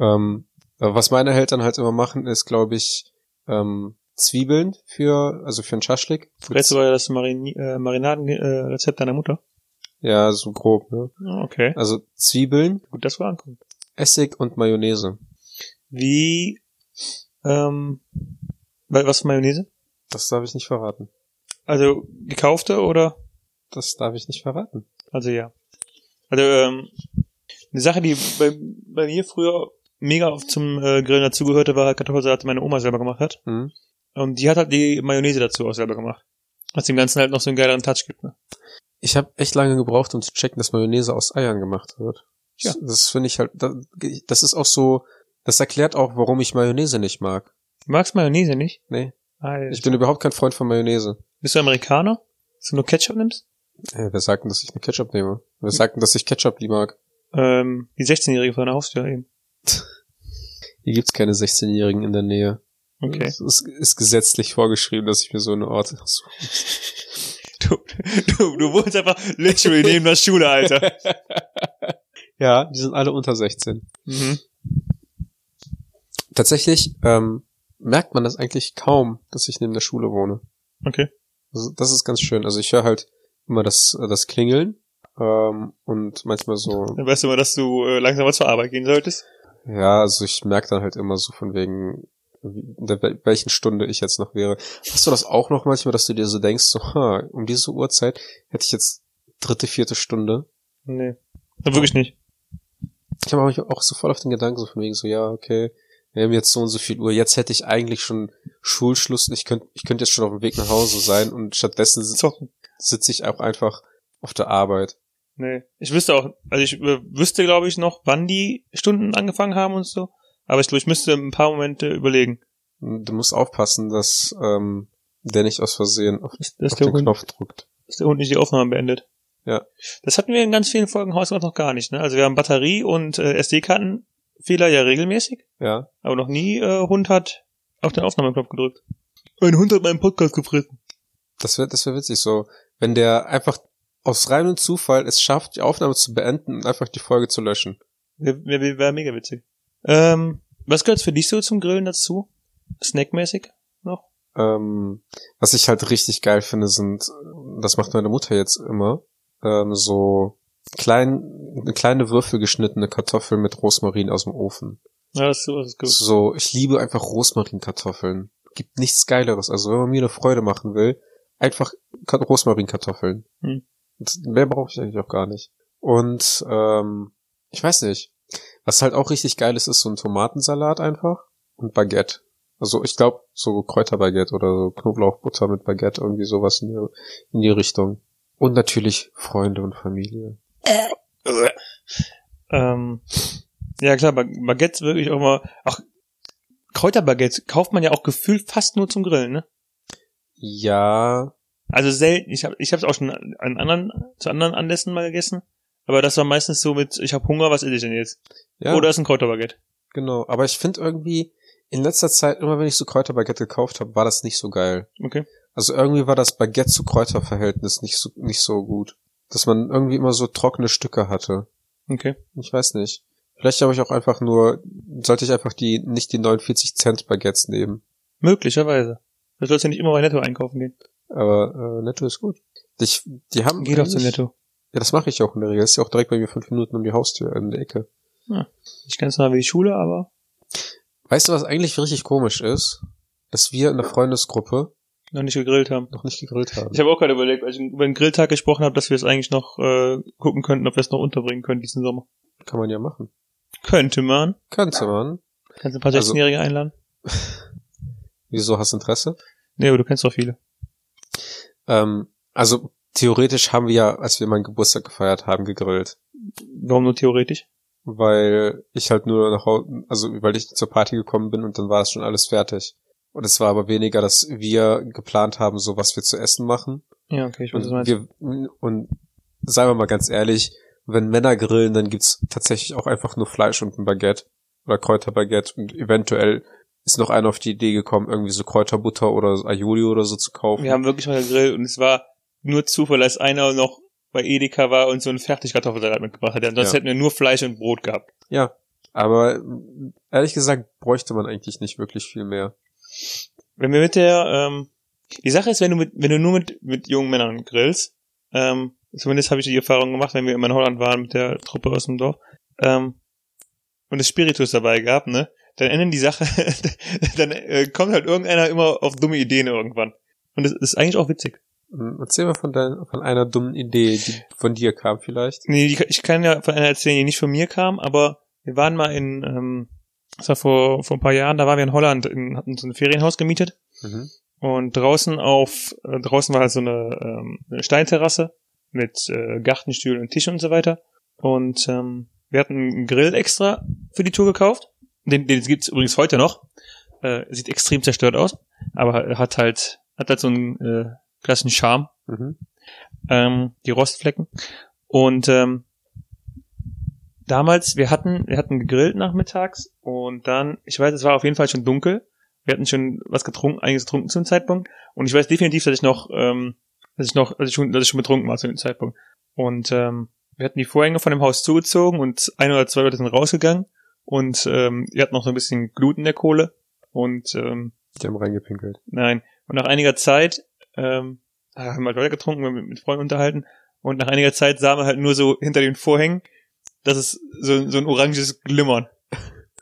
Speaker 2: Ähm, aber was meine Eltern halt immer machen, ist, glaube ich, ähm, Zwiebeln für, also für einen Schaschlik.
Speaker 1: Letzte war ja das Marini äh, Marinadenrezept äh, Rezept deiner Mutter.
Speaker 2: Ja, so grob, ne?
Speaker 1: Ah, Okay,
Speaker 2: Also Zwiebeln,
Speaker 1: gut, das war ankommen.
Speaker 2: Essig und Mayonnaise.
Speaker 1: Wie, ähm, wa- was für Mayonnaise?
Speaker 2: Das darf ich nicht verraten.
Speaker 1: Also gekaufte oder?
Speaker 2: Das darf ich nicht verraten.
Speaker 1: Also ja. Also ähm, eine Sache, die bei, bei mir früher mega oft zum äh, Grillen dazugehörte, war halt Kartoffelsalat, die meine Oma selber gemacht hat.
Speaker 2: Hm?
Speaker 1: Und die hat halt die Mayonnaise dazu auch selber gemacht. Was dem Ganzen halt noch so einen geileren Touch gibt. Ne?
Speaker 2: Ich habe echt lange gebraucht, um zu checken, dass Mayonnaise aus Eiern gemacht wird.
Speaker 1: Ja.
Speaker 2: Das, das finde ich halt, das, das ist auch so, das erklärt auch, warum ich Mayonnaise nicht mag.
Speaker 1: Du magst Mayonnaise nicht?
Speaker 2: Nee.
Speaker 1: Alter.
Speaker 2: Ich bin überhaupt kein Freund von Mayonnaise.
Speaker 1: Bist du Amerikaner? Dass du nur Ketchup nimmst?
Speaker 2: Äh, wer sagt denn, dass ich eine Ketchup nehme? Wer sagt denn, dass ich Ketchup nie mag?
Speaker 1: Ähm, die 16-Jährige von der Haustür eben.
Speaker 2: Hier gibt's keine 16-Jährigen in der Nähe.
Speaker 1: Okay.
Speaker 2: Es ist, ist gesetzlich vorgeschrieben, dass ich mir so eine Orte suche.
Speaker 1: Du, du, du wohnst einfach literally neben der Schule, Alter.
Speaker 2: Ja, die sind alle unter 16.
Speaker 1: Mhm.
Speaker 2: Tatsächlich ähm, merkt man das eigentlich kaum, dass ich neben der Schule wohne.
Speaker 1: Okay.
Speaker 2: Also das ist ganz schön. Also ich höre halt immer das, äh, das Klingeln ähm, und manchmal so,
Speaker 1: Dann weißt du mal, dass du äh, langsam mal zur Arbeit gehen solltest.
Speaker 2: ja, also ich merke dann halt immer so von wegen, wie- in der wel- welchen Stunde ich jetzt noch wäre. Hast du das auch noch manchmal, dass du dir so denkst, so, ha, um diese Uhrzeit hätte ich jetzt dritte, vierte Stunde?
Speaker 1: Nee. Na, wirklich nicht.
Speaker 2: Ich habe mich auch so voll auf den Gedanken, so von wegen so, ja, okay, wir haben jetzt so und so viel Uhr, jetzt hätte ich eigentlich schon Schulschluss und ich könnte ich könnte jetzt schon auf dem Weg nach Hause sein und stattdessen sitze
Speaker 1: Zocken.
Speaker 2: sitz ich auch einfach auf der Arbeit.
Speaker 1: Nee. Ich wüsste auch, also ich äh, wüsste, glaube ich, noch, wann die Stunden angefangen haben und so. Aber ich glaube, ich müsste ein paar Momente überlegen.
Speaker 2: Du musst aufpassen, dass ähm, der nicht aus Versehen auf,
Speaker 1: Ist, ist,
Speaker 2: auf
Speaker 1: der
Speaker 2: den
Speaker 1: Hund,
Speaker 2: Knopf drückt.
Speaker 1: ist der Hund nicht die Aufnahme beendet?
Speaker 2: Ja.
Speaker 1: Das hatten wir in ganz vielen Folgen Hausgemacht noch gar nicht. Ne? Also wir haben Batterie- und äh, SD-Kartenfehler ja regelmäßig,
Speaker 2: Ja.
Speaker 1: aber noch nie äh, Hund hat auf den Aufnahmeknopf gedrückt. Ein Hund hat meinen Podcast gefressen.
Speaker 2: Das wird, das wäre witzig so, wenn der einfach aus reinem Zufall es schafft, die Aufnahme zu beenden und einfach die Folge zu löschen.
Speaker 1: Wäre wär, wär, wär mega witzig. Ähm, was gehört für dich so zum Grillen dazu? Snackmäßig?
Speaker 2: Ähm, was ich halt richtig geil finde, sind, das macht meine Mutter jetzt immer, ähm, so klein, in kleine Würfel geschnittene Kartoffeln mit Rosmarin aus dem Ofen.
Speaker 1: Ja, das ist, das ist gut.
Speaker 2: So, ich liebe einfach Rosmarinkartoffeln. Gibt nichts Geileres. Also wenn man mir eine Freude machen will, einfach Ka- Rosmarinkartoffeln.
Speaker 1: Hm.
Speaker 2: Das- Mehr brauche ich eigentlich auch gar nicht. Und ähm, ich weiß nicht. Was halt auch richtig geil ist, ist so ein Tomatensalat einfach und Baguette. Also ich glaube so Kräuterbaguette oder so Knoblauchbutter mit Baguette, irgendwie sowas in die, in die Richtung. Und natürlich Freunde und Familie.
Speaker 1: Ähm, ja klar, Ba- Baguettes wirklich auch mal. Ach, Kräuterbaguettes kauft man ja auch gefühlt fast nur zum Grillen, ne?
Speaker 2: Ja,
Speaker 1: Also selten. Ich habe ich hab's auch schon an anderen, zu anderen Anlässen mal gegessen. Aber das war meistens so mit, ich habe Hunger, was esse ich denn jetzt?
Speaker 2: ja.
Speaker 1: Oder ist ein Kräuterbaguette.
Speaker 2: Genau, aber ich finde irgendwie in letzter Zeit, immer wenn ich so Kräuterbaguette gekauft habe, war das nicht so geil.
Speaker 1: Okay.
Speaker 2: Also irgendwie war das Baguette zu Kräuterverhältnis nicht so, nicht so gut. Dass man irgendwie immer so trockene Stücke hatte.
Speaker 1: Okay.
Speaker 2: Ich weiß nicht. Vielleicht habe ich auch einfach nur, sollte ich einfach die, nicht die 49 Cent Baguettes nehmen.
Speaker 1: Möglicherweise. Du sollst ja nicht immer bei Netto einkaufen gehen.
Speaker 2: Aber äh, Netto ist gut. Ich, die haben.
Speaker 1: Geh doch zu
Speaker 2: eigentlich-
Speaker 1: Netto.
Speaker 2: Ja, das mache ich auch in der Regel. Das ist ja auch direkt bei mir fünf Minuten um die Haustür in der Ecke.
Speaker 1: Nicht ganz nah wie die Schule, aber
Speaker 2: Weißt du, was eigentlich richtig komisch ist? Dass wir in der Freundesgruppe
Speaker 1: noch nicht gegrillt haben.
Speaker 2: noch nicht gegrillt haben.
Speaker 1: Ich habe auch gerade überlegt, als ich über den Grilltag gesprochen habe, dass wir es eigentlich noch äh, gucken könnten, ob wir es noch unterbringen können diesen Sommer.
Speaker 2: Kann man ja machen.
Speaker 1: Könnte man.
Speaker 2: Könnte man.
Speaker 1: Kannst du ein paar
Speaker 2: Also-
Speaker 1: 16-Jährige einladen?
Speaker 2: Wieso hast du Interesse?
Speaker 1: Nee, aber du kennst doch viele.
Speaker 2: Ähm, also theoretisch haben wir ja, als wir meinen Geburtstag gefeiert haben, gegrillt.
Speaker 1: Warum nur theoretisch?
Speaker 2: Weil ich halt nur nach Hause, also weil ich zur Party gekommen bin und dann war das schon alles fertig. Und es war aber weniger, dass wir geplant haben, so was wir zu essen machen.
Speaker 1: Ja, okay, ich weiß, was du
Speaker 2: Und,
Speaker 1: meinst.
Speaker 2: wir, und seien wir mal ganz ehrlich, wenn Männer grillen, dann gibt's tatsächlich auch einfach nur Fleisch und ein Baguette oder Kräuterbaguette und eventuell ist noch einer auf die Idee gekommen, irgendwie so Kräuterbutter oder so Aioli oder so zu kaufen.
Speaker 1: Wir haben wirklich mal gegrillt und es war nur Zufall, dass einer noch bei Edeka war und so einen Fertigkartoffelsalat mitgebracht hat. Ansonsten
Speaker 2: Ja.
Speaker 1: hätten wir nur Fleisch und Brot gehabt.
Speaker 2: Ja, aber mh, ehrlich gesagt bräuchte man eigentlich nicht wirklich viel mehr.
Speaker 1: Wenn wir mit der, ähm, die Sache ist, wenn du mit, wenn du nur mit, mit jungen Männern grillst, ähm, zumindest habe ich die Erfahrung gemacht, wenn wir immer in Holland waren mit der Truppe aus dem Dorf, ähm, und es Spiritus dabei gab, ne, dann enden die Sache, dann äh, kommt halt irgendeiner immer auf dumme Ideen irgendwann. Und das ist eigentlich auch witzig.
Speaker 2: Mh, Hm, Erzähl mal von, dein, von einer dummen Idee, die von dir kam vielleicht.
Speaker 1: Nee, die- ich kann ja von einer erzählen, die nicht von mir kam, aber wir waren mal in, ähm, das war vor, vor ein paar Jahren, da waren wir in Holland, in, hatten so ein Ferienhaus gemietet
Speaker 2: Mhm.
Speaker 1: Und draußen auf, äh, draußen war halt so eine, ähm, eine Steinterrasse mit äh, Gartenstühlen und Tisch und so weiter. Und ähm, wir hatten einen Grill extra für die Tour gekauft. Den, den gibt's übrigens heute noch. Äh, sieht extrem zerstört aus, aber hat halt, hat halt so einen äh, klassischen Charme
Speaker 2: Mhm.
Speaker 1: ähm, die Rostflecken. Und ähm, damals, wir hatten, wir hatten gegrillt nachmittags und dann, ich weiß, es war auf jeden Fall schon dunkel. Wir hatten schon was getrunken, einiges getrunken zu dem Zeitpunkt. Und ich weiß definitiv, dass ich noch, ähm, dass ich noch, dass ich schon, dass ich schon betrunken war zu dem Zeitpunkt. Und ähm, wir hatten die Vorhänge von dem Haus zugezogen und ein oder zwei Leute sind rausgegangen und ähm, ihr hatten noch so ein bisschen Glut in der Kohle. Und ähm,
Speaker 2: Die haben reingepinkelt.
Speaker 1: Nein. Und nach einiger Zeit, ähm, haben wir halt weiter getrunken, wir haben mit Freunden unterhalten. Und nach einiger Zeit sahen wir halt nur so hinter den Vorhängen, dass es so, so ein oranges Glimmern.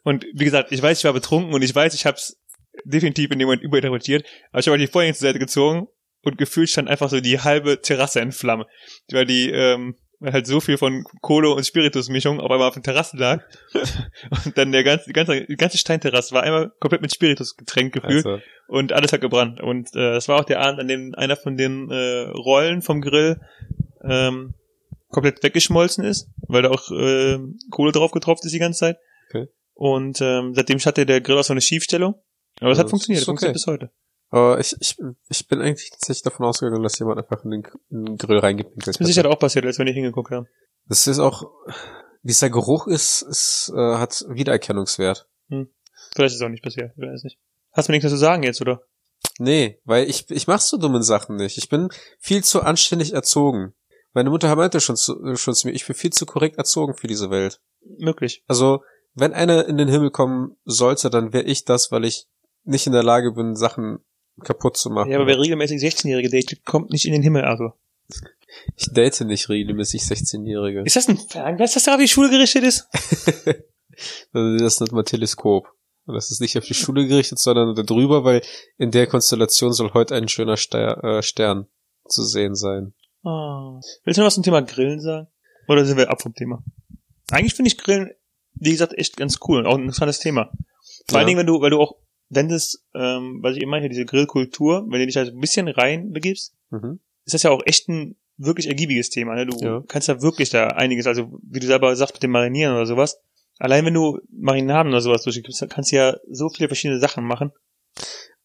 Speaker 1: Und wie gesagt, ich weiß, ich war betrunken und ich weiß, ich hab's definitiv in dem Moment überinterpretiert, aber ich habe halt die Vorhänge zur Seite gezogen und gefühlt stand einfach so die halbe Terrasse in Flammen, weil die ähm, weil halt so viel von Kohle und Spiritusmischung auf einmal auf der Terrasse lag und dann der ganze die ganze die ganze Steinterrasse war einmal komplett mit Spiritus getränkt gefühlt
Speaker 2: Also,
Speaker 1: und alles hat gebrannt und äh, das war auch der Abend, an dem einer von den äh, Rollen vom Grill ähm, komplett weggeschmolzen ist, weil da auch äh, Kohle drauf getropft ist die ganze Zeit.
Speaker 2: Okay.
Speaker 1: Und ähm, seitdem hatte der Grill auch so eine Schiefstellung. Aber es
Speaker 2: Ja,
Speaker 1: hat
Speaker 2: das
Speaker 1: funktioniert,
Speaker 2: ist
Speaker 1: das funktioniert
Speaker 2: okay.
Speaker 1: bis heute.
Speaker 2: aber Also, äh, ich, ich, ich bin eigentlich tatsächlich davon ausgegangen, dass jemand einfach in den, in den Grill reingepinkelt
Speaker 1: Das ist mir sicher auch passiert, als wir nicht hingeguckt haben.
Speaker 2: Das ist auch, dieser Geruch ist, ist äh, hat Wiedererkennungswert.
Speaker 1: Vielleicht ist es auch nicht passiert, ich weiß nicht. Hast du mir nichts mehr zu sagen jetzt, oder?
Speaker 2: Nee, weil ich, ich mach so dummen Sachen nicht. Ich bin viel zu anständig erzogen. Meine Mutter meinte schon zu, schon zu mir, ich bin viel zu korrekt erzogen für diese Welt.
Speaker 1: Möglich.
Speaker 2: Also, wenn einer in den Himmel kommen sollte, dann wäre ich das, weil ich nicht in der Lage bin, Sachen kaputt zu machen.
Speaker 1: Ja, aber wer regelmäßig 16-Jährige datet, kommt nicht in den Himmel, also.
Speaker 2: ich date nicht regelmäßig 16-Jährige.
Speaker 1: Ist das ein Fernglas, das da auf die Schule gerichtet ist?
Speaker 2: Also, Das nennt man Teleskop. Und das ist nicht auf die Schule gerichtet, sondern da drüber, weil in der Konstellation soll heute ein schöner Ster äh, Stern zu sehen sein.
Speaker 1: Oh. Willst du noch was zum Thema Grillen sagen? Oder sind wir ab vom Thema? Eigentlich finde ich Grillen, wie gesagt, echt ganz cool und auch ein interessantes Thema. Vor allen
Speaker 2: Ja.
Speaker 1: Dingen, wenn du, weil du auch, wenn das, ähm, was ich eben meinte, diese Grillkultur, wenn du dich halt ein bisschen reinbegibst,
Speaker 2: Mhm.
Speaker 1: ist das ja auch echt ein wirklich ergiebiges Thema. Ne? Du
Speaker 2: Ja.
Speaker 1: kannst ja wirklich da einiges, also wie du selber sagst, mit dem Marinieren oder sowas. Allein wenn du Marinaden oder sowas durchgibst, dann kannst du ja so viele verschiedene Sachen machen.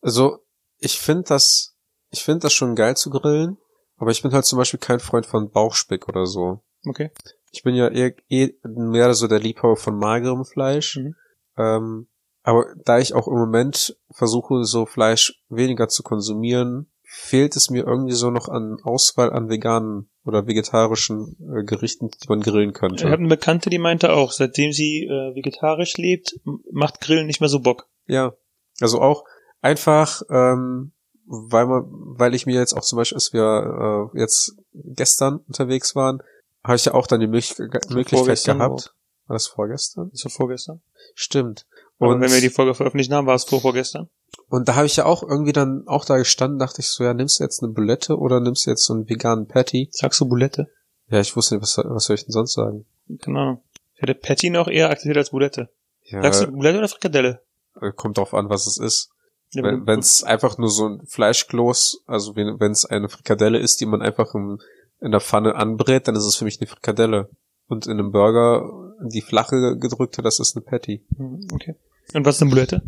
Speaker 2: Also, ich finde das, ich finde das schon geil zu grillen, aber ich bin halt zum Beispiel kein Freund von Bauchspeck oder so.
Speaker 1: Okay.
Speaker 2: Ich bin ja eher, eh mehr so der Liebhaber von magerem Fleisch.
Speaker 1: Mhm.
Speaker 2: Ähm, aber da ich auch im Moment versuche, so Fleisch weniger zu konsumieren, fehlt es mir irgendwie so noch an Auswahl an veganen oder vegetarischen äh, Gerichten, die man grillen
Speaker 1: Ich
Speaker 2: könnte.
Speaker 1: habe eine Bekannte, die meinte auch, seitdem sie äh, vegetarisch lebt, m- macht Grillen nicht mehr so Bock.
Speaker 2: Ja, also auch einfach, ähm, weil man, weil ich mir jetzt auch zum Beispiel, als wir äh, jetzt gestern unterwegs waren, habe ich ja auch dann die Möglich Möglichkeit
Speaker 1: Also vorgestern
Speaker 2: gehabt. War das vorgestern?
Speaker 1: Das war vorgestern.
Speaker 2: Stimmt.
Speaker 1: Und
Speaker 2: Und,
Speaker 1: wenn wir die Folge veröffentlicht haben, war es vor vorgestern.
Speaker 2: und da habe ich ja auch irgendwie dann auch da gestanden, dachte ich so, ja, nimmst du jetzt eine Bulette oder nimmst du jetzt so einen veganen Patty?
Speaker 1: Sagst du Bulette?
Speaker 2: Ja, ich wusste nicht, was, was soll ich denn sonst sagen?
Speaker 1: Keine Ahnung. Ich hätte Patty noch eher akzeptiert als Bulette.
Speaker 2: Ja,
Speaker 1: Sagst du Bulette oder Frikadelle?
Speaker 2: äh, kommt drauf an, was es ist.
Speaker 1: Ja,
Speaker 2: Wenn es einfach nur so ein Fleischkloß, also wenn es eine Frikadelle ist, die man einfach im, in der Pfanne anbrät, dann ist es für mich eine Frikadelle. Und in einem Burger die flache gedrückte, das ist eine Patty.
Speaker 1: Hm, Okay. Und was ist eine Bulette?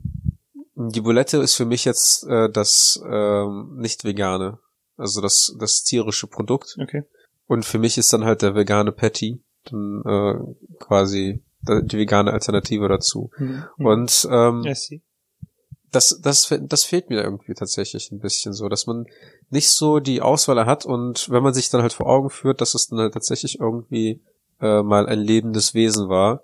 Speaker 2: Die Bulette ist für mich jetzt äh, das ähm, nicht vegane, also das das tierische Produkt.
Speaker 1: Okay.
Speaker 2: Und für mich ist dann halt der vegane Patty dann äh, quasi da- die vegane Alternative dazu.
Speaker 1: Hm, hm.
Speaker 2: Und ähm,
Speaker 1: Ja, sie.
Speaker 2: das, das, fe- das fehlt mir irgendwie tatsächlich ein bisschen so, dass man nicht so die Auswahl hat und wenn man sich dann halt vor Augen führt, dass es dann halt tatsächlich irgendwie äh, mal ein lebendes Wesen war.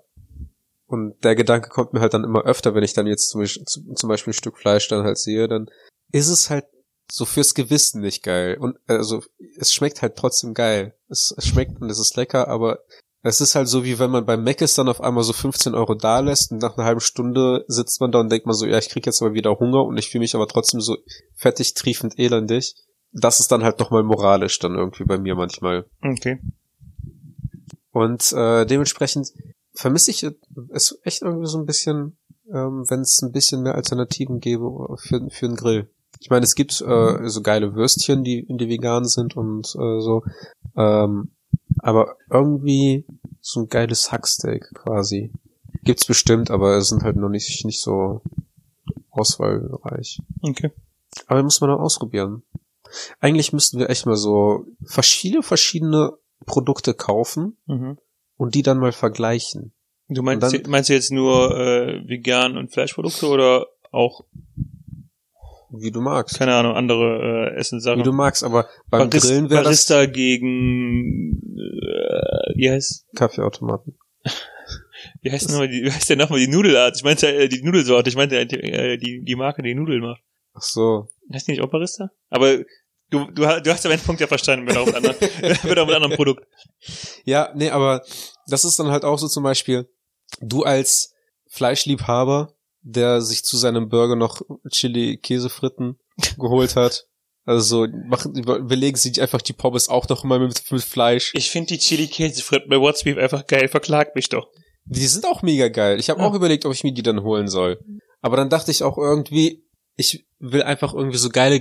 Speaker 2: Und der Gedanke kommt mir halt dann immer öfter, wenn ich dann jetzt zum, Beispiel- zum zum Beispiel ein Stück Fleisch dann halt sehe, dann ist es halt so fürs Gewissen nicht geil. Und äh, also es schmeckt halt trotzdem geil. Es, es schmeckt und es ist lecker, aber es ist halt so, wie wenn man beim Mac ist dann auf einmal so 15 Euro da lässt und nach einer halben Stunde sitzt man da und denkt man so, ja, ich krieg jetzt aber wieder Hunger und ich fühle mich aber trotzdem so fettig, triefend, elendig. Das ist dann halt nochmal moralisch dann irgendwie bei mir manchmal.
Speaker 1: Okay.
Speaker 2: Und äh, dementsprechend vermisse ich es echt irgendwie so ein bisschen, ähm, wenn es ein bisschen mehr Alternativen gäbe für, für einen Grill. Ich meine, es gibt äh, so geile Würstchen, die, die vegan sind und äh, so. Ähm, aber irgendwie so ein geiles Hacksteak quasi. Gibt's bestimmt, aber es sind halt noch nicht, nicht so auswahlreich.
Speaker 1: Okay.
Speaker 2: Aber muss man dann ausprobieren. Eigentlich müssten wir echt mal so versch- viele verschiedene Produkte kaufen
Speaker 1: Mhm.
Speaker 2: und die dann mal vergleichen.
Speaker 1: Du meinst,
Speaker 2: Und dann-
Speaker 1: je- meinst du jetzt nur äh, vegan und Fleischprodukte oder auch,
Speaker 2: Wie du magst.
Speaker 1: keine Ahnung, andere äh, Essenssachen?
Speaker 2: Wie du magst, aber beim
Speaker 1: Barist-
Speaker 2: Grillen wäre das
Speaker 1: Barista gegen äh, wie heißt
Speaker 2: Kaffeeautomaten.
Speaker 1: wie heißt nochmal die wie heißt denn nochmal die Nudelart? Ich meinte äh, die Nudelsorte, ich meinte äh, die, äh, die die Marke, die Nudeln macht.
Speaker 2: Ach so.
Speaker 1: Heißt die nicht auch Barista? Aber du du, ha- du hast ja meinen Punkt ja verstanden, wenn auch mit anderen, wenn auch mit anderen Produkt.
Speaker 2: Ja, nee, aber das ist dann halt auch so zum Beispiel, du als Fleischliebhaber der sich zu seinem Burger noch Chili-Käsefritten geholt hat. Also machen, belegen sie einfach die Pommes auch noch immer mit, mit Fleisch.
Speaker 1: Ich finde die Chili-Käsefritten bei What's Beef einfach geil. Verklagt mich doch.
Speaker 2: Die sind auch mega geil. Ich habe auch überlegt, ob ich mir die dann holen soll. Aber dann dachte ich auch irgendwie, ich will einfach irgendwie so geile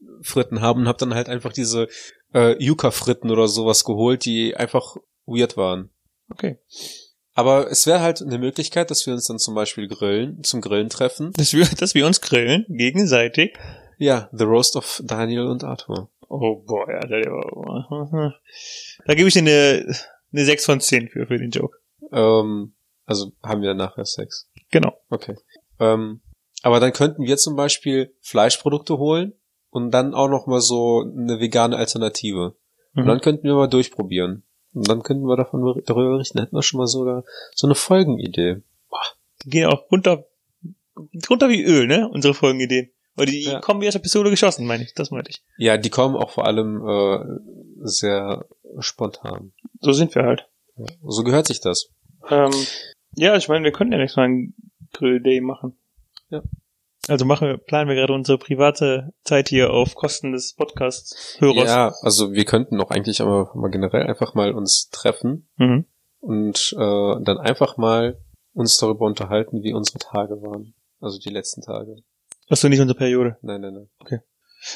Speaker 2: Gewürzfritten haben und habe dann halt einfach diese äh, Yucca-Fritten oder sowas geholt, die einfach weird waren.
Speaker 1: Okay.
Speaker 2: Aber es wäre halt eine Möglichkeit, dass wir uns dann zum Beispiel grillen, zum Grillen treffen.
Speaker 1: Dass wir, dass wir uns grillen, gegenseitig.
Speaker 2: Ja, The Roast of Daniel und Arthur.
Speaker 1: Oh boy, Alter, der war. Da gebe ich dir eine, eine 6 von 10 für, für den Joke.
Speaker 2: Ähm, also haben wir nachher Sex.
Speaker 1: Genau.
Speaker 2: Okay. Ähm, aber dann könnten wir zum Beispiel Fleischprodukte holen und dann auch noch mal so eine vegane Alternative. Und
Speaker 1: Mhm.
Speaker 2: dann könnten wir mal durchprobieren. Und dann könnten wir davon ber- darüber berichten. Hätten wir schon mal sogar so eine Folgenidee.
Speaker 1: Die gehen auch runter, runter wie Öl, ne? Unsere Folgenideen. Oder die
Speaker 2: Ja.
Speaker 1: kommen wie aus der Pistole geschossen, meine ich. Das meinte ich.
Speaker 2: Ja, die kommen auch vor allem äh, sehr spontan.
Speaker 1: So sind wir halt.
Speaker 2: So gehört sich das.
Speaker 1: Ähm, ja, ich meine, wir können ja nächstes Mal einen Grill-Day machen.
Speaker 2: Ja.
Speaker 1: Also machen wir, planen wir gerade unsere private Zeit hier auf Kosten des Podcast-Hörers.
Speaker 2: Ja, also wir könnten auch eigentlich aber mal generell einfach mal uns treffen
Speaker 1: Mhm.
Speaker 2: und äh, dann einfach mal uns darüber unterhalten, wie unsere Tage waren. Also die letzten Tage.
Speaker 1: Achso, nicht unsere Periode.
Speaker 2: Nein, nein, nein.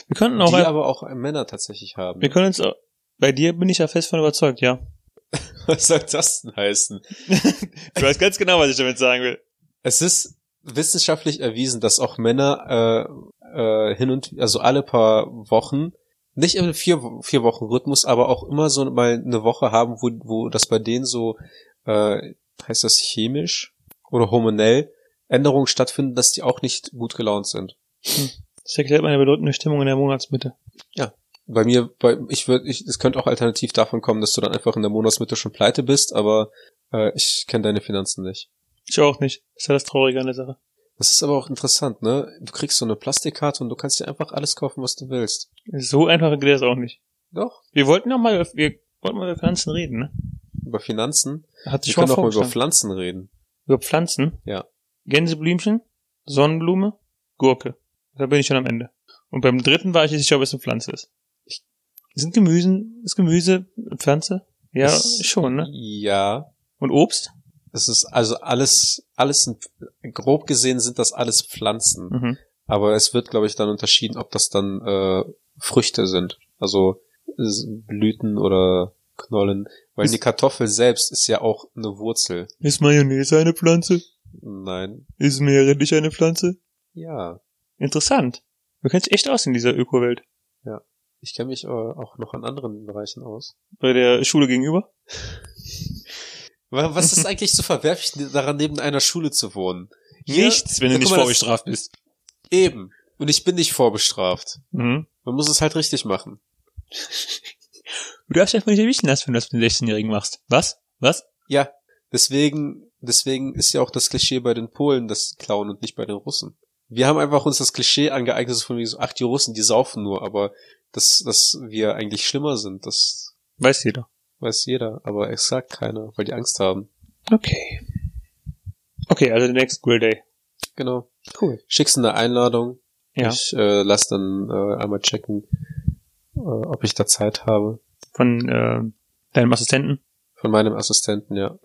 Speaker 1: Wir könnten auch,
Speaker 2: Die
Speaker 1: ein,
Speaker 2: aber auch Männer tatsächlich haben.
Speaker 1: wir können uns, auch- bei dir bin ich ja fest von überzeugt, ja.
Speaker 2: Was soll das denn heißen?
Speaker 1: Ich weiß ganz genau, was ich damit sagen will.
Speaker 2: Es ist wissenschaftlich erwiesen, dass auch Männer äh, äh, hin und also alle paar Wochen, nicht im vier, vier Wochen Rhythmus, aber auch immer so mal eine Woche haben, wo, wo das bei denen so, äh, heißt das chemisch oder hormonell, Änderungen stattfinden, dass die auch nicht gut gelaunt sind.
Speaker 1: Das erklärt meine bedeutende Stimmung in der Monatsmitte.
Speaker 2: Bei mir, bei, ich würde, ich, es könnte auch alternativ davon kommen, dass du dann einfach in der Monatsmitte schon pleite bist, aber äh, ich kenne deine Finanzen nicht.
Speaker 1: Ich auch nicht. Das ist ja das Traurige an der Sache.
Speaker 2: Das ist aber auch interessant, ne? Du kriegst so eine Plastikkarte und du kannst dir einfach alles kaufen, was du willst.
Speaker 1: So einfach geht das auch nicht.
Speaker 2: Doch.
Speaker 1: Wir wollten noch mal, wir wollten mal über Pflanzen reden, ne?
Speaker 2: Über Finanzen.
Speaker 1: Hat
Speaker 2: Wir
Speaker 1: sich schon
Speaker 2: können
Speaker 1: mal
Speaker 2: auch mal über
Speaker 1: vorgeschlagen.
Speaker 2: Pflanzen reden.
Speaker 1: Über Pflanzen?
Speaker 2: Ja.
Speaker 1: Gänseblümchen, Sonnenblume, Gurke. Da bin ich schon am Ende. Und beim dritten war ich nicht sicher, ob es eine Pflanze ist. Ich, sind Gemüsen, ist Gemüse eine Pflanze? Ja,
Speaker 2: Es-
Speaker 1: schon, ne?
Speaker 2: Ja.
Speaker 1: Und Obst?
Speaker 2: Das ist also alles, alles sind, grob gesehen sind das alles Pflanzen.
Speaker 1: Mhm.
Speaker 2: Aber es wird, glaube ich, dann unterschieden, ob das dann äh, Früchte sind. Also s- Blüten oder Knollen. Weil
Speaker 1: Ist-
Speaker 2: eine Kartoffel selbst ist ja auch eine Wurzel.
Speaker 1: Ist Mayonnaise eine Pflanze?
Speaker 2: Nein.
Speaker 1: Ist Meerrettich eine Pflanze?
Speaker 2: Ja.
Speaker 1: Interessant. Du kennst echt aus in dieser Ökowelt.
Speaker 2: Ich kenne mich äh, auch noch an anderen Bereichen aus.
Speaker 1: Bei der Schule gegenüber?
Speaker 2: Wa- Was ist eigentlich so verwerflich daran, neben einer Schule zu wohnen? Hier-
Speaker 1: Nichts, wenn du
Speaker 2: Ja,
Speaker 1: nicht
Speaker 2: guck mal,
Speaker 1: vorbestraft bist.
Speaker 2: Eben. Und ich bin nicht vorbestraft.
Speaker 1: Mhm.
Speaker 2: Man muss es halt richtig machen.
Speaker 1: Du darfst einfach nicht erwischen lassen, wenn du das mit den 16-Jährigen machst. Was? Was?
Speaker 2: Ja. Deswegen, deswegen ist ja auch das Klischee bei den Polen, dass sie klauen und nicht bei den Russen. Wir haben einfach uns das Klischee angeeignet, so von wegen so, ach, die Russen, die saufen nur, aber dass, dass wir eigentlich schlimmer sind, das
Speaker 1: Weiß jeder.
Speaker 2: weiß jeder, aber es sagt keiner, weil die Angst haben.
Speaker 1: Okay. Okay, also der Next Grill Day.
Speaker 2: Genau.
Speaker 1: Cool.
Speaker 2: Schickst eine Einladung.
Speaker 1: Ja.
Speaker 2: Ich äh, lass dann äh, einmal checken, äh, ob ich da Zeit habe.
Speaker 1: Von ähm, deinem Assistenten.
Speaker 2: Von meinem Assistenten, ja.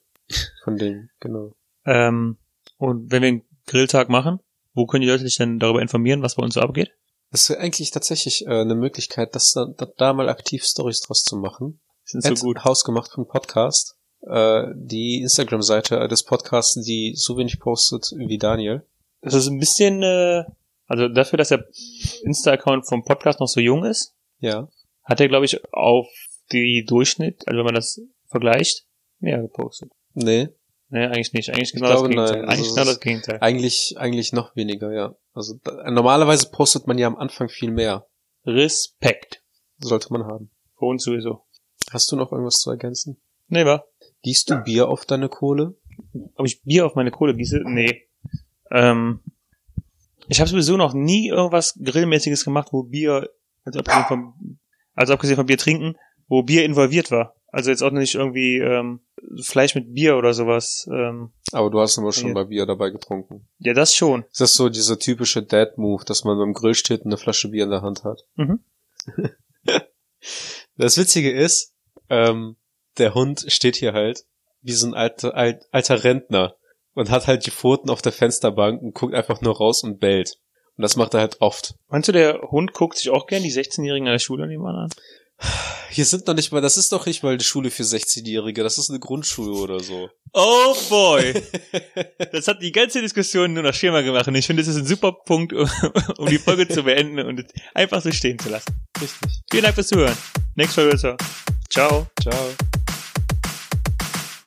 Speaker 2: Von dem, genau.
Speaker 1: Ähm, und wenn wir einen Grilltag machen, wo können die Leute sich denn darüber informieren, was bei uns so abgeht?
Speaker 2: Das wäre eigentlich tatsächlich äh, eine Möglichkeit, das da, da, da mal aktiv Stories draus zu machen.
Speaker 1: Sind
Speaker 2: At Hausgemacht vom Podcast. Äh, die Instagram-Seite des Podcasts, die so wenig postet wie Daniel.
Speaker 1: Das ist ein bisschen, äh, also dafür, dass der Insta-Account vom Podcast noch so jung ist,
Speaker 2: Ja.
Speaker 1: hat er, glaube ich, auf die Durchschnitt, also wenn man das vergleicht, mehr gepostet.
Speaker 2: Nee.
Speaker 1: Nee, eigentlich nicht. Eigentlich genau
Speaker 2: glaube,
Speaker 1: das Gegenteil.
Speaker 2: nein.
Speaker 1: Eigentlich
Speaker 2: Also
Speaker 1: genau
Speaker 2: es-
Speaker 1: das Gegenteil.
Speaker 2: Eigentlich, eigentlich noch weniger, ja. Also da, normalerweise postet man ja am Anfang viel mehr.
Speaker 1: Respekt.
Speaker 2: Sollte man haben.
Speaker 1: Für uns sowieso.
Speaker 2: Hast du noch irgendwas zu ergänzen?
Speaker 1: Nee, war.
Speaker 2: Gießt du Bier auf deine Kohle?
Speaker 1: ob ich Bier auf meine Kohle gieße? Nee. Ähm, ich habe sowieso noch nie irgendwas Grillmäßiges gemacht, wo Bier, also abgesehen vom, also abgesehen vom Bier trinken, wo Bier involviert war. Also jetzt auch nicht irgendwie ähm, Fleisch mit Bier oder sowas. Ähm,
Speaker 2: Aber du hast aber schon
Speaker 1: Ja.
Speaker 2: bei Bier dabei getrunken.
Speaker 1: ja, das schon.
Speaker 2: Ist das so dieser typische Dad-Move, dass man beim Grill steht und eine Flasche Bier in der Hand hat?
Speaker 1: Mhm.
Speaker 2: Das Witzige ist, ähm, der Hund steht hier halt wie so ein alter, alt, alter Rentner und hat halt die Pfoten auf der Fensterbank und guckt einfach nur raus und bellt. Und das macht er halt oft.
Speaker 1: Meinst du, der Hund guckt sich auch gern die 16-Jährigen an der Schule nebenan an?
Speaker 2: Hier sind noch nicht mal, das ist doch nicht mal eine Schule für 16-Jährige, das ist eine Grundschule oder so.
Speaker 1: Oh boy! Das hat die ganze Diskussion nur noch schlimmer gemacht und ich finde, das ist ein super Punkt, um, um die Folge zu beenden und es einfach so stehen zu lassen.
Speaker 2: Richtig.
Speaker 1: Vielen Dank fürs Zuhören. Nächste Folge. ist er. Ciao.
Speaker 2: Ciao.